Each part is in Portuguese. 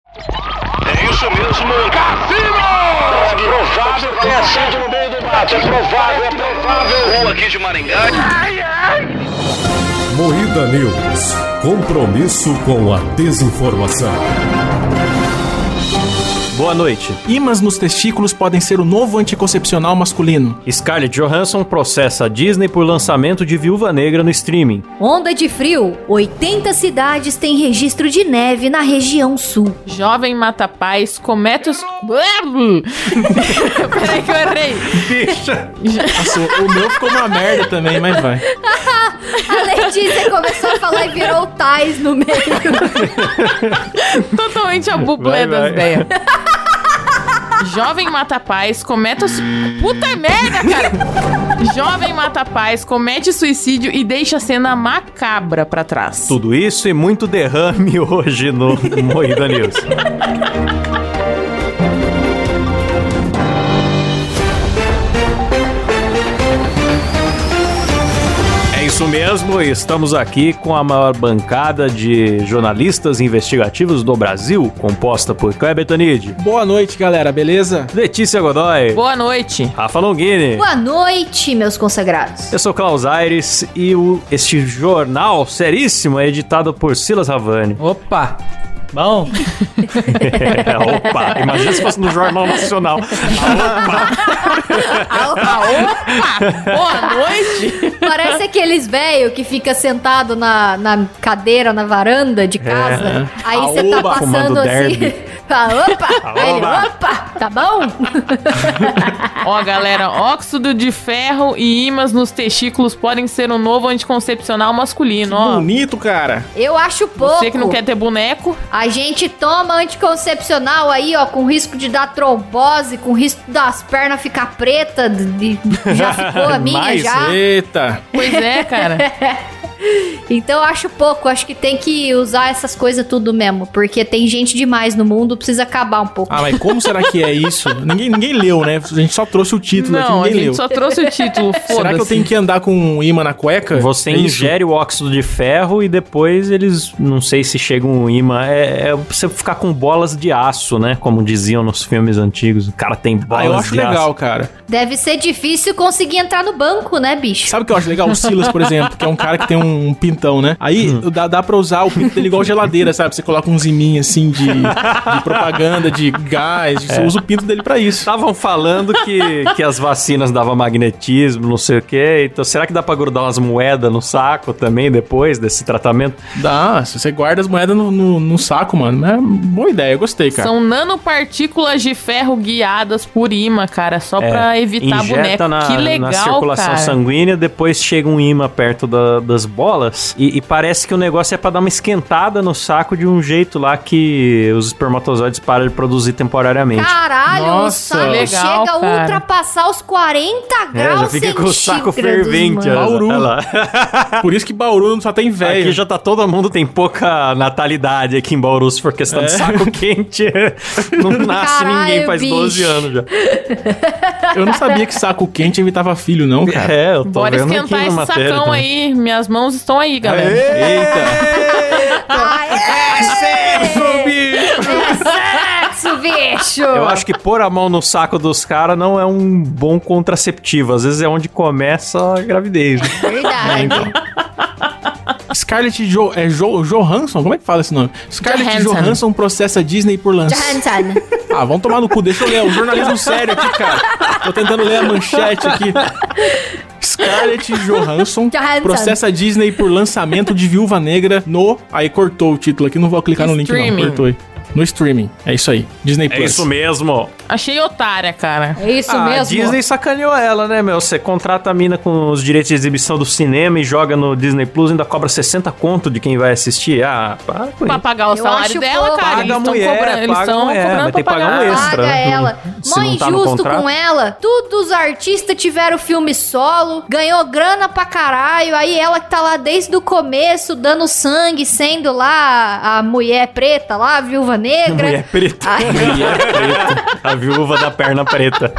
É mesmo. Cassino! É provável que tenha sido no meio do mato. É provável, é provável. Gol aqui de Maringá. Ai, ai. Moída News. Compromisso com a desinformação. Boa noite. Imãs nos testículos podem ser o novo anticoncepcional masculino. Scarlett Johansson processa a Disney por lançamento de Viúva Negra no streaming. Onda de frio. 80 cidades têm registro de neve na região sul. Jovem mata paz, comete os... Peraí que eu errei. Bicha! Nossa, o meu ficou uma merda também, mas vai. a Letícia começou a falar e virou o Tais no meio. Totalmente a Vai, bublé das vai. ideias. Jovem mata paz, comete os... Puta merda, cara! Jovem mata paz, comete suicídio e deixa a cena macabra pra trás. Tudo isso e muito derrame hoje no Moída News. É Isso mesmo, estamos aqui com a maior bancada de jornalistas investigativos do Brasil, composta por Kleber Tanid, Boa noite, galera, beleza? Letícia Godoy, Boa noite. Rafa Longini. Boa noite, meus consagrados. Eu sou Klaus Aires e o, este jornal seríssimo é editado por Silas Havani. Opa! Bom, É, opa, imagina se fosse no Jornal Nacional. Ah, Ah, opa! Boa noite. Parece aqueles velho que fica sentado na, na cadeira, na varanda de casa. Aí você tá É. Aoba, passando fumando assim. derby. fala, opa! Aí ele, Aoba. opa! Tá bom? Ó, galera, óxido de ferro e ímãs nos testículos podem ser um novo anticoncepcional masculino, ó. Bonito, cara. Eu acho pouco. Você que não quer ter boneco, A gente toma anticoncepcional aí, ó, com risco de dar trombose, com risco das pernas ficar preta. de- de- já ficou a minha, Mais um. já. Eita. pois é, cara. Então eu acho pouco, acho que tem que usar essas coisas tudo mesmo, porque tem gente demais no mundo, precisa acabar um pouco. Ah, mas como será que é isso? Ninguém, ninguém leu, né? A gente só trouxe o título aqui, Não, a ninguém gente leu. só trouxe o título, foda-se. Será que eu tenho que andar com um imã na cueca? Você É isso? ingere o óxido de ferro e depois eles, não sei se chega um imã, é, é você ficar com bolas de aço, né? Como diziam nos filmes antigos. O cara tem bolas Ah, eu acho de legal, aço. cara. Deve ser difícil conseguir entrar no banco, né, bicho? Sabe o que eu acho legal? O Silas, por exemplo, que é um cara que tem um, um pintão, né? Aí Hum. dá, dá pra usar o pinto dele igual geladeira, sabe? Você coloca uns iminhos assim de, de propaganda, de gás. É. Você usa o pinto dele pra isso. Estavam falando que, que as vacinas davam magnetismo, não sei o quê. Então, será que dá pra grudar umas moedas no saco também depois desse tratamento? Dá, se você guarda as moedas no, no- no saco, mano. É boa ideia, eu gostei, cara. São nanopartículas de ferro guiadas por imã, cara, só É, pra evitar tá boneco. injeta na, que na legal, circulação cara. sanguínea, depois chega um imã perto da- das bolas e, e parece que o negócio é pra dar uma esquentada no saco de um jeito lá que os espermatozoides param de produzir temporariamente. Caralho, Nossa. o saco Legal, chega a cara. ultrapassar os 40 É, graus já fica com o saco centígrados, fervente. mano. olha só, Bauru. olha lá. Por isso que Bauru não só tem Aqui velho. já tá todo mundo, tem pouca natalidade aqui em Bauru, se for questão de saco quente. Não nasce Caralho, ninguém faz bicho. 12 anos já. né? Eu não sabia que saco quente evitava filho, não, cara. É, eu tô Bora vendo aqui esquentar na esse matéria. sacão também. aí. Minhas mãos estão aí, galera. Eita. Ai, É sexo, bicho! é sexo, bicho! Eu acho que pôr a mão no saco dos caras não é um bom contraceptivo. Às vezes é onde começa a gravidez. Verdade. Scarlett jo, é jo, Johansson? Como é que fala esse nome? Scarlett Johansson. Johansson processa Disney por lance. Johansson. Ah, vamos tomar no cu. Deixa eu ler. O jornalismo sério aqui, cara. Tô tentando ler a manchete aqui. Scarlett Johansson Johansson. processa Disney por lançamento de Viúva Negra no... Aí cortou o título aqui. Não vou clicar no link, não. Streaming. Cortou aí. No streaming. É isso aí. Disney Plus. mesmo. Achei otária, cara. É isso a mesmo. Ah, Disney sacaneou ela, né, meu? Você contrata a mina com os direitos de exibição do cinema e joga no Disney Plus, ainda cobra 60 conto de quem vai assistir. Ah, para com Pra isso. pagar o Eu acho salário dela, pouco. cara. Paga Eles a estão mulher, cobrando, eles paga a estão mulher, mas cobrando pra tem que pagar um pagar. extra. Paga ela. Se Mó não tá no injusto contrato. com ela. Todos os artistas tiveram filme solo, ganhou grana pra caralho. Aí ela que tá lá desde o começo, dando sangue, sendo lá a mulher preta lá, a viúva negra. Mulher preta. Ah. Mulher preta. A viúva da perna preta.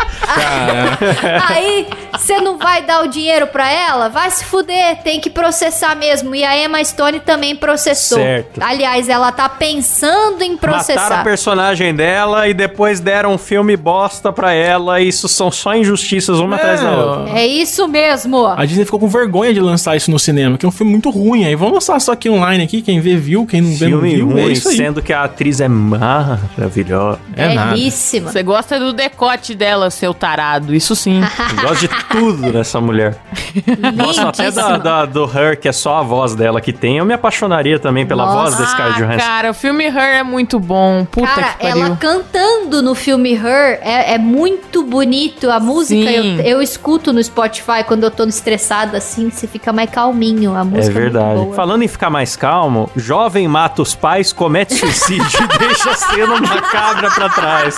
Aí você não vai dar o dinheiro pra ela? Vai se fuder, tem que processar mesmo. E a Emma Stone também processou. Certo. Aliás, ela tá pensando em Mataram a processar. personagem dela e depois deram um filme bosta pra ela. E isso são só injustiças uma atrás da outra. É isso mesmo. A Disney ficou com vergonha de lançar isso no cinema, que é um filme muito ruim. Aí vamos lançar só aqui online aqui, quem vê viu, quem não vê não Filme viu. é ruim, isso aí. sendo que a atriz é maravilhosa. É nada. Belíssima. Você gosta do decote dela, seu tarado. Isso sim. Eu gosto de tudo nessa mulher. Gosto até da, Lindíssima. da- do Her, que é só a voz dela que tem. Eu me apaixonaria também pela Nossa. voz da Scarlett Ah, Johansson. cara, o filme Her é muito bom. Puta Cara, que pariu. ela cantando no filme Her é, é muito bonito. A música Sim. eu, eu escuto no Spotify quando eu tô estressada, assim, você fica mais calminho. A É música É muito verdade. boa. Falando em ficar mais calmo, jovem mata os pais, comete suicídio e deixa a cena macabra pra trás.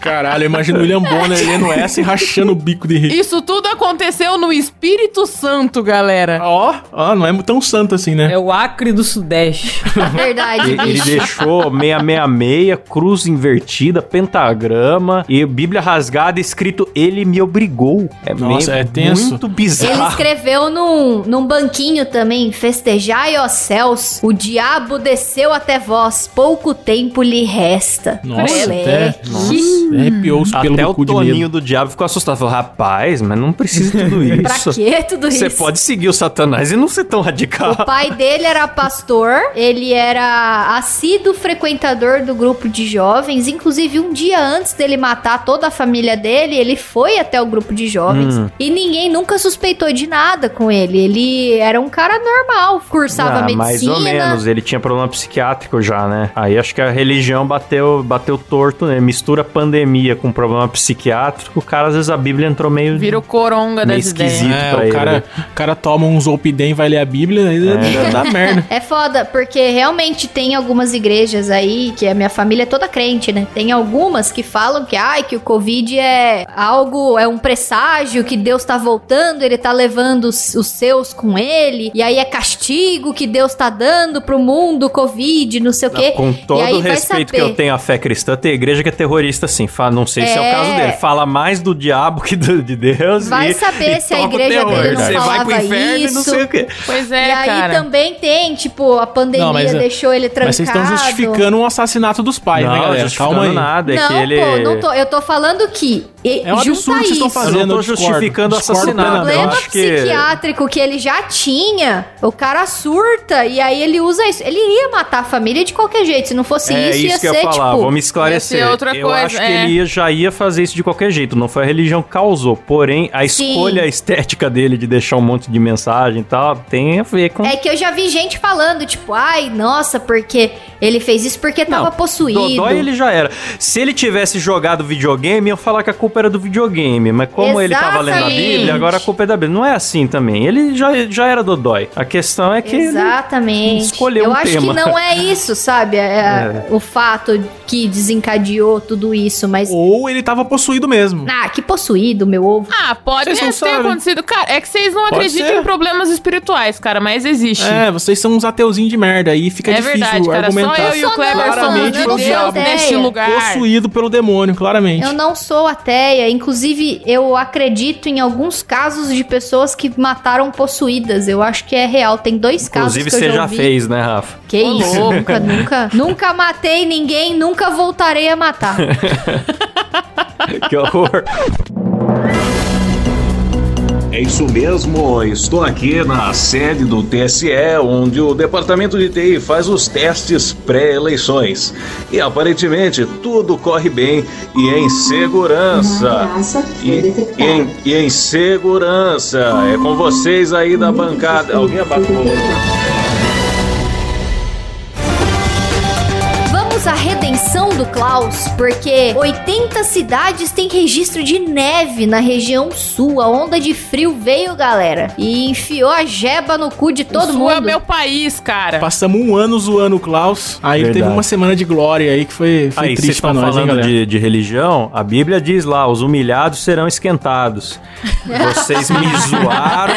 Caralho, eu imagino o William Bonner lendo essa e rachando o bico de rir. Isso tudo aconteceu no Espírito Santo, galera. Ó, ó, não é tão santo assim, né? É o Acre do Sudeste. É Verdade, E- Ele bicho. deixou 666, cruz invertida, pentagrama e Bíblia rasgada escrito Ele me obrigou. É, Nossa, é tenso. muito Ele bizarro. escreveu num, num banquinho também, festejai, ó céus, o diabo desceu até vós, pouco tempo lhe resta. Nossa, Moleque. até, nossa, arrepiou os pelos Até do o cu de medo. Toninho do Diabo ficou assustado. Falou, rapaz, mas não precisa de tudo Pra isso. que tudo Você isso? pode seguir o Satanás e não ser tão radical. O pai dele era pastor, ele era assíduo frequentador do grupo de jovens. Inclusive, um dia antes dele matar toda a família dele, ele foi até o grupo de jovens. Hum. E ninguém nunca suspeitou de nada com ele. Ele era um cara normal, cursava Ah, medicina. mais ou menos, ele tinha problema psiquiátrico já, né? Aí acho que a religião bateu, bateu torto, né? Mistura pandemia com problema psiquiátrico, o cara às vezes a Bíblia entrou meio Vira o coronga Meio das ideias. esquisito. É, pra o ele, cara, o cara toma um Zolpidem e vai ler a Bíblia, aí dá merda. É foda, porque realmente tem algumas igrejas aí, que a minha família é toda crente, né? Tem algumas que falam que, ai, que o Covid é algo, é um presságio, que Deus tá voltando, ele tá levando os, os seus com ele, e aí é castigo que Deus tá dando pro mundo, Covid, não sei o quê. Com e aí todo o vai respeito que saber. eu tenho à fé cristã, tem igreja que é terrorista, sim. Fa- Não sei se é o É. caso dele. Fala mais do diabo que do- de Deus. Vai e- saber e se é a toca o igreja terror. dele não Você vai pro falava inferno e não isso. sei o quê. Pois E é, aí cara. também tem, tipo, a pandemia Não, mas- deixou ele trancado. Mas vocês estão justificando um assassinato dos pais, né, não, galera? justificando Calma aí. nada. É não, que ele... pô, não tô. Eu tô falando que. e- É um junta absurdo que vocês estão isso. fazendo. Eu não tô discordo. justificando o Discordo assassinato. plenamente. eu problema acho que- psiquiátrico que... ele já tinha, o cara surta e aí ele usa isso. Ele iria matar a família de qualquer jeito. Se não fosse É isso, isso, ia que ser eu ia falar, tipo. vou me esclarecer. ia ser outra eu coisa, acho que é. ele ia- já ia fazer isso de qualquer jeito, não foi a religião que causou. Porém, a Sim. escolha estética dele de deixar um monte de mensagem e tal tem a ver com. É que eu já vi gente falando, tipo, ai, nossa, porque ele fez isso porque tava possuído. Dodói ele já era. Se ele tivesse jogado videogame, eu ia falar que a culpa era do videogame. Mas como ele tava lendo a Exatamente. Bíblia, agora a culpa é da Bíblia. Não é assim também. Ele já, já era Dodói. A questão é que. ele- Exatamente. escolheu eu um acho tema. que não é isso, sabe? É O fato que desencadeou tudo isso, mas. Ou ele tava possuído mesmo. Ah, que possuído, meu ovo. Ah, pode Vocês não ter sabem. acontecido. Cara, é que vocês não Pode acreditam ser. em problemas espirituais, cara, mas existe. É, vocês são uns ateuzinhos de merda aí fica É difícil verdade, cara. Só argumentar. eu e Eu o sou Kleber não, somos claramente de eu Deus não sou um neste ateia. lugar. Possuído pelo demônio, claramente. Eu não sou ateia, inclusive eu acredito em alguns casos de pessoas que mataram possuídas. Eu acho que é real. Tem dois casos Inclusive, que eu você já, já ouvi. fez, né, Rafa? Que Ô, isso? louco. Nunca, nunca, nunca matei ninguém, nunca voltarei a matar. Que horror. É isso mesmo, estou aqui na sede do TSE, onde o departamento de TI faz os testes pré-eleições. E aparentemente tudo corre bem e em segurança. E, e em, e em segurança. É com vocês aí da bancada. Alguém abafou? Vamos à redenção descrição do Klaus, porque 80 cidades têm registro de neve na região sul. A onda de frio veio, galera, e enfiou a jeba no cu de todo o Sul mundo. é meu país, cara. Passamos um ano zoando o Klaus, aí ele Verdade. teve uma semana de glória aí que foi, foi Aí, vocês triste pra estão nós, hein, falando galera? de, de religião? A Bíblia diz lá, os humilhados serão esquentados. Vocês me zoaram,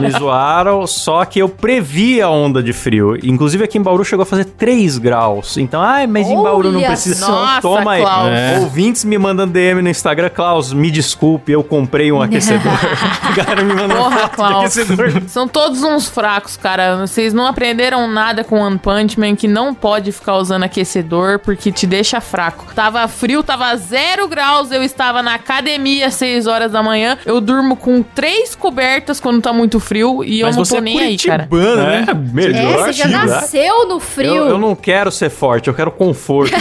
me zoaram, só que eu previ a onda de frio. Inclusive aqui em Bauru chegou a fazer 3 graus. Então, ai, mas em Bauru não Olha precisa. só. Nossa, Toma aí. Klaus. É. Ouvintes me mandando DM no Instagram, Klaus, me desculpe, eu comprei um aquecedor. A galera me mandando Porra, foto de Klaus. aquecedor. São todos uns fracos, cara. Vocês não aprenderam nada com One Punch Man que não pode ficar usando aquecedor porque te deixa fraco. Tava frio, tava zero graus. Eu estava na academia às 6 horas da manhã. Eu durmo com três cobertas quando tá muito frio e eu não tô nem aí, cara. é curitibano, né? É, É, melhor você já atividade. nasceu no frio. Eu, eu não quero ser forte, eu quero conforto.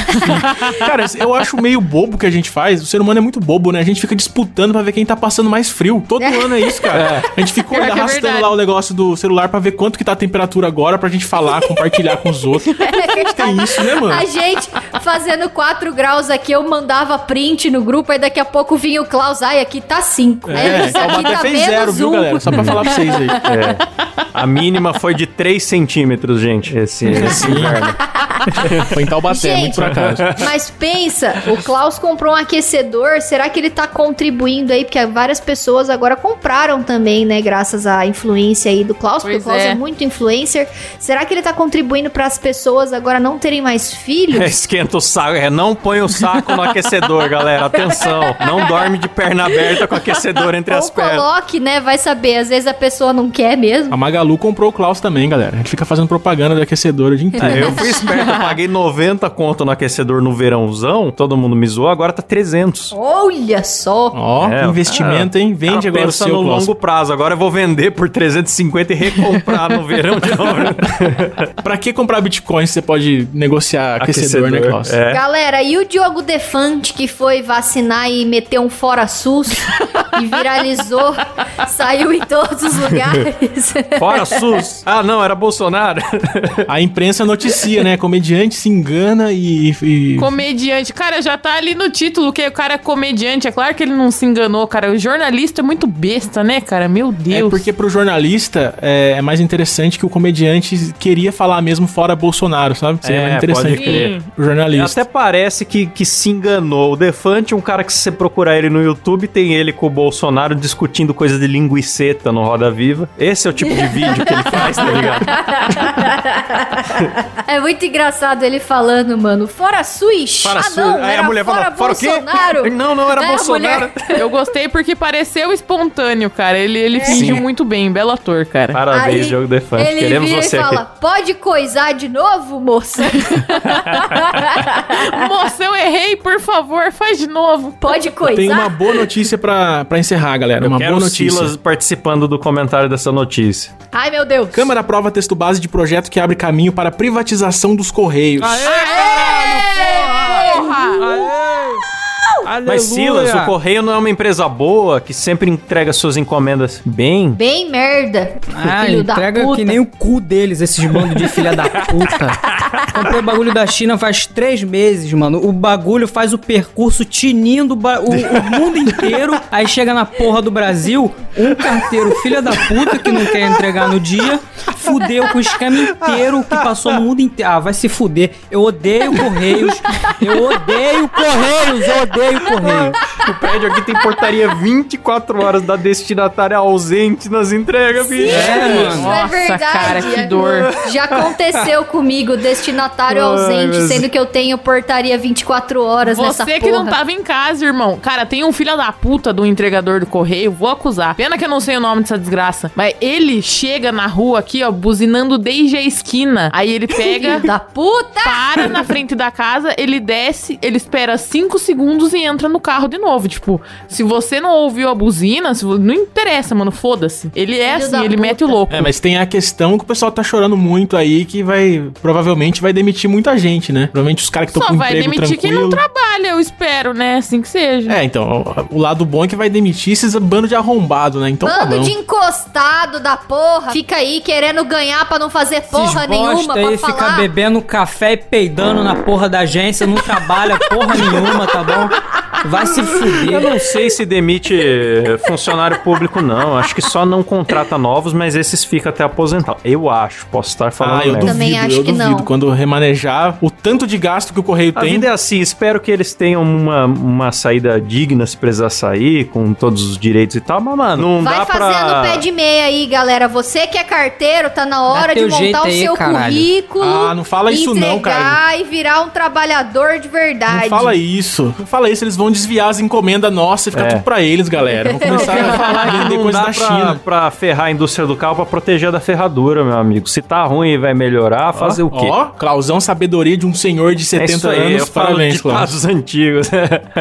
Cara, eu acho meio bobo o que a gente faz. O ser humano é muito bobo, né? A gente fica disputando pra ver quem tá passando mais frio. Todo ano é isso, cara. A gente fica Pior que é arrastando verdade. lá o negócio do celular pra ver quanto que tá a temperatura agora pra gente falar, compartilhar com os outros. É tá Tem isso, né, mano? A gente fazendo 4 graus aqui, eu mandava print no grupo, aí daqui a pouco vinha o Klaus, ai, aqui tá 5. É, tá Taubaté fez zero, viu, galera? Só pra falar pra vocês aí. É. A mínima foi de 3 centímetros, gente. Esse, esse inverno. Foi em Taubaté, muito Gente, por acaso. mas pensa, o Klaus comprou um aquecedor, será que ele tá contribuindo aí? Porque várias pessoas agora compraram também, né, graças à influência aí do Klaus, porque Pois o Klaus é. é. muito influencer. Será que ele tá contribuindo para as pessoas agora não terem mais filhos? É, Esquenta o saco. É, não põe o saco no aquecedor, galera. Atenção. Não dorme de perna aberta com o aquecedor entre as Ou pernas. coloque, né? Vai saber, às vezes a pessoa não quer mesmo. A Magalu comprou o Klaus também, galera. A gente fica fazendo propaganda do aquecedor o dia inteiro. É, eu fui esperto, eu paguei 90 conto no aquecedor no verãozão, todo mundo me zoou, agora tá 300. Olha só. Ó, É, que investimento, cara, hein? Vende cara, agora o pensa seu, no Klaus. longo prazo, agora eu vou vender por 350 e recomprar no verão de novo. Pra que comprar Bitcoin se você pode negociar aquecedor, né, Klaus? É. Galera, e o Diogo Defante que foi vacinar e meteu um fora SUS e viralizou, saiu em todos os lugares. Fora SUS. Ah, não, era Bolsonaro. A imprensa noticia, né? Comediante se engana e. e- Comediante. Cara, já tá ali no título que o cara é comediante. É claro que ele não se enganou, cara. O jornalista é muito besta, né, cara? Meu Deus. É porque pro jornalista é, é mais interessante que o comediante queria falar mesmo fora Bolsonaro, sabe? Seria É, mais interessante pode crer. pro jornalista. Até parece que, que se enganou. O Defante, um cara que se você procurar ele no YouTube, tem ele com o Bolsonaro discutindo coisa de linguiceta no Roda Viva. Esse é o tipo de vídeo que ele faz, tá ligado? É muito engraçado ele falando, mano. Fora SUS. Fora ah, SUS. não, Aí a era mulher fora fala, fora o quê? Bolsonaro. Não, não, era É, a Bolsonaro. mulher- Eu gostei porque pareceu espontâneo, cara. Ele, ele fingiu Sim. muito bem, belo ator, cara. Parabéns, Aí Diogo Defante. Ele Queremos vira você e fala, aqui. pode coisar de novo, moça? Moça, eu errei, por favor, faz de novo. Pode coisar? Tem uma boa notícia pra, pra encerrar, galera. Eu uma quero boa o notícia. Silas participando do comentário dessa notícia. Ai, meu Deus. Câmara aprova texto base de projeto que abre caminho para a privatização dos Correios. Ah, é? Ah, é? Porra! Mas Silas, o Correio não é uma empresa boa que sempre entrega suas encomendas bem? Bem merda. Ah, filho da entrega puta. que nem o cu deles, esses bando de filha da puta. Comprei o bagulho da China faz três meses, mano. O bagulho faz o percurso tinindo o, ba- o- o mundo inteiro. Aí chega na porra do Brasil, um carteiro filha da puta que não quer entregar no dia, fudeu com o esquema inteiro que passou no mundo inteiro. Ah, vai se fuder. Eu odeio Correios. Eu odeio Correios. Eu odeio Correios. O prédio aqui tem portaria 24 horas da destinatária ausente nas entregas, bicho. É, mano. Isso é Nossa, verdade. cara, que dor. Já aconteceu comigo, destinatário Ai, ausente, mas- sendo que eu tenho portaria 24 horas nessa Você que porra. não tá tava em casa, irmão. Cara, tem um filho da puta do entregador do correio, vou acusar. Pena que eu não sei o nome dessa desgraça. Mas ele chega na rua aqui, ó, buzinando desde a esquina. Aí ele pega, Da puta! para na frente da casa, ele desce, ele espera 5 segundos e entra no carro de novo. resolve. Tipo, se você não ouviu a buzina, se vo- não interessa, mano, foda-se. Ele é Filho assim, da ele puta. mete o louco. É, mas tem a questão que o pessoal tá chorando muito aí, que vai. Provavelmente vai demitir muita gente, né? Provavelmente os caras que estão Só com vai emprego demitir quem não tranquilo. trabalha, eu espero, né? Assim que seja. É, então, o, o lado bom é que vai demitir esses bando de arrombado, né? Então tá Bando bom. de encostado da porra. Fica aí querendo ganhar pra não fazer porra Esses nenhuma, bosta pra aí falar. fica bebendo café e peidando na porra da agência, não trabalha porra nenhuma, tá bom? Vai se Eu fuder. não sei se demite eh, funcionário público, não. Acho que só não contrata novos, mas esses ficam até aposentar. Eu acho, posso estar falando Ah, eu merda. duvido, Também acho eu que duvido. não. Quando remanejar o tanto de gasto que o correio A tem. vida é assim, espero que eles tenham uma, uma saída digna se precisar sair, com todos os direitos e tal, mas, mano, não Vai dá fazendo pra... pé de meia aí, galera. Você que é carteiro, tá na hora de teu montar jeito o aí, seu caralho. currículo. Ah, não fala isso entregar não, cara. e virar um trabalhador de verdade. Não fala isso. Não fala isso, eles vão desviar as encomendas nossas e ficar É. tudo pra eles, galera. Vão começar a falar vender Não coisa dá da pra, China. pra ferrar a indústria do carro pra proteger da ferradura, meu amigo. Se tá ruim e vai melhorar, fazer o quê? É Ó, Clausão, sabedoria de um senhor de É 70 anos. eu falo Parabéns, de Klaus. casos antigos.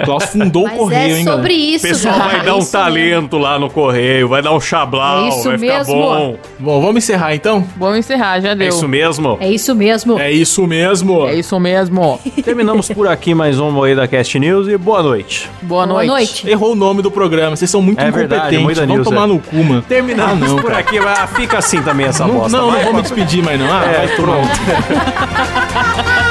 Klaus fundou Mas o correio, é hein, sobre galera? isso, pessoal galera. É vai dar um Isso talento lá no correio, vai dar um chablau, É isso vai ficar mesmo, bom. Bom, vamos encerrar então? Vamos encerrar, já deu. É isso mesmo? mesmo. É isso mesmo. É isso mesmo. É isso mesmo. É. Terminamos por aqui mais um Moeda Cast News e boa noite. Boa noite. Errou o nome do programa. Vocês são muito É verdade, incompetentes. muita vão news, tomar é. no cu, mano. Terminamos Ah, não, por cara. aqui, mas fica assim também essa Não, bosta. não, vai. não vou me despedir mais não. Ah, É, vai tomar no pronto. cu.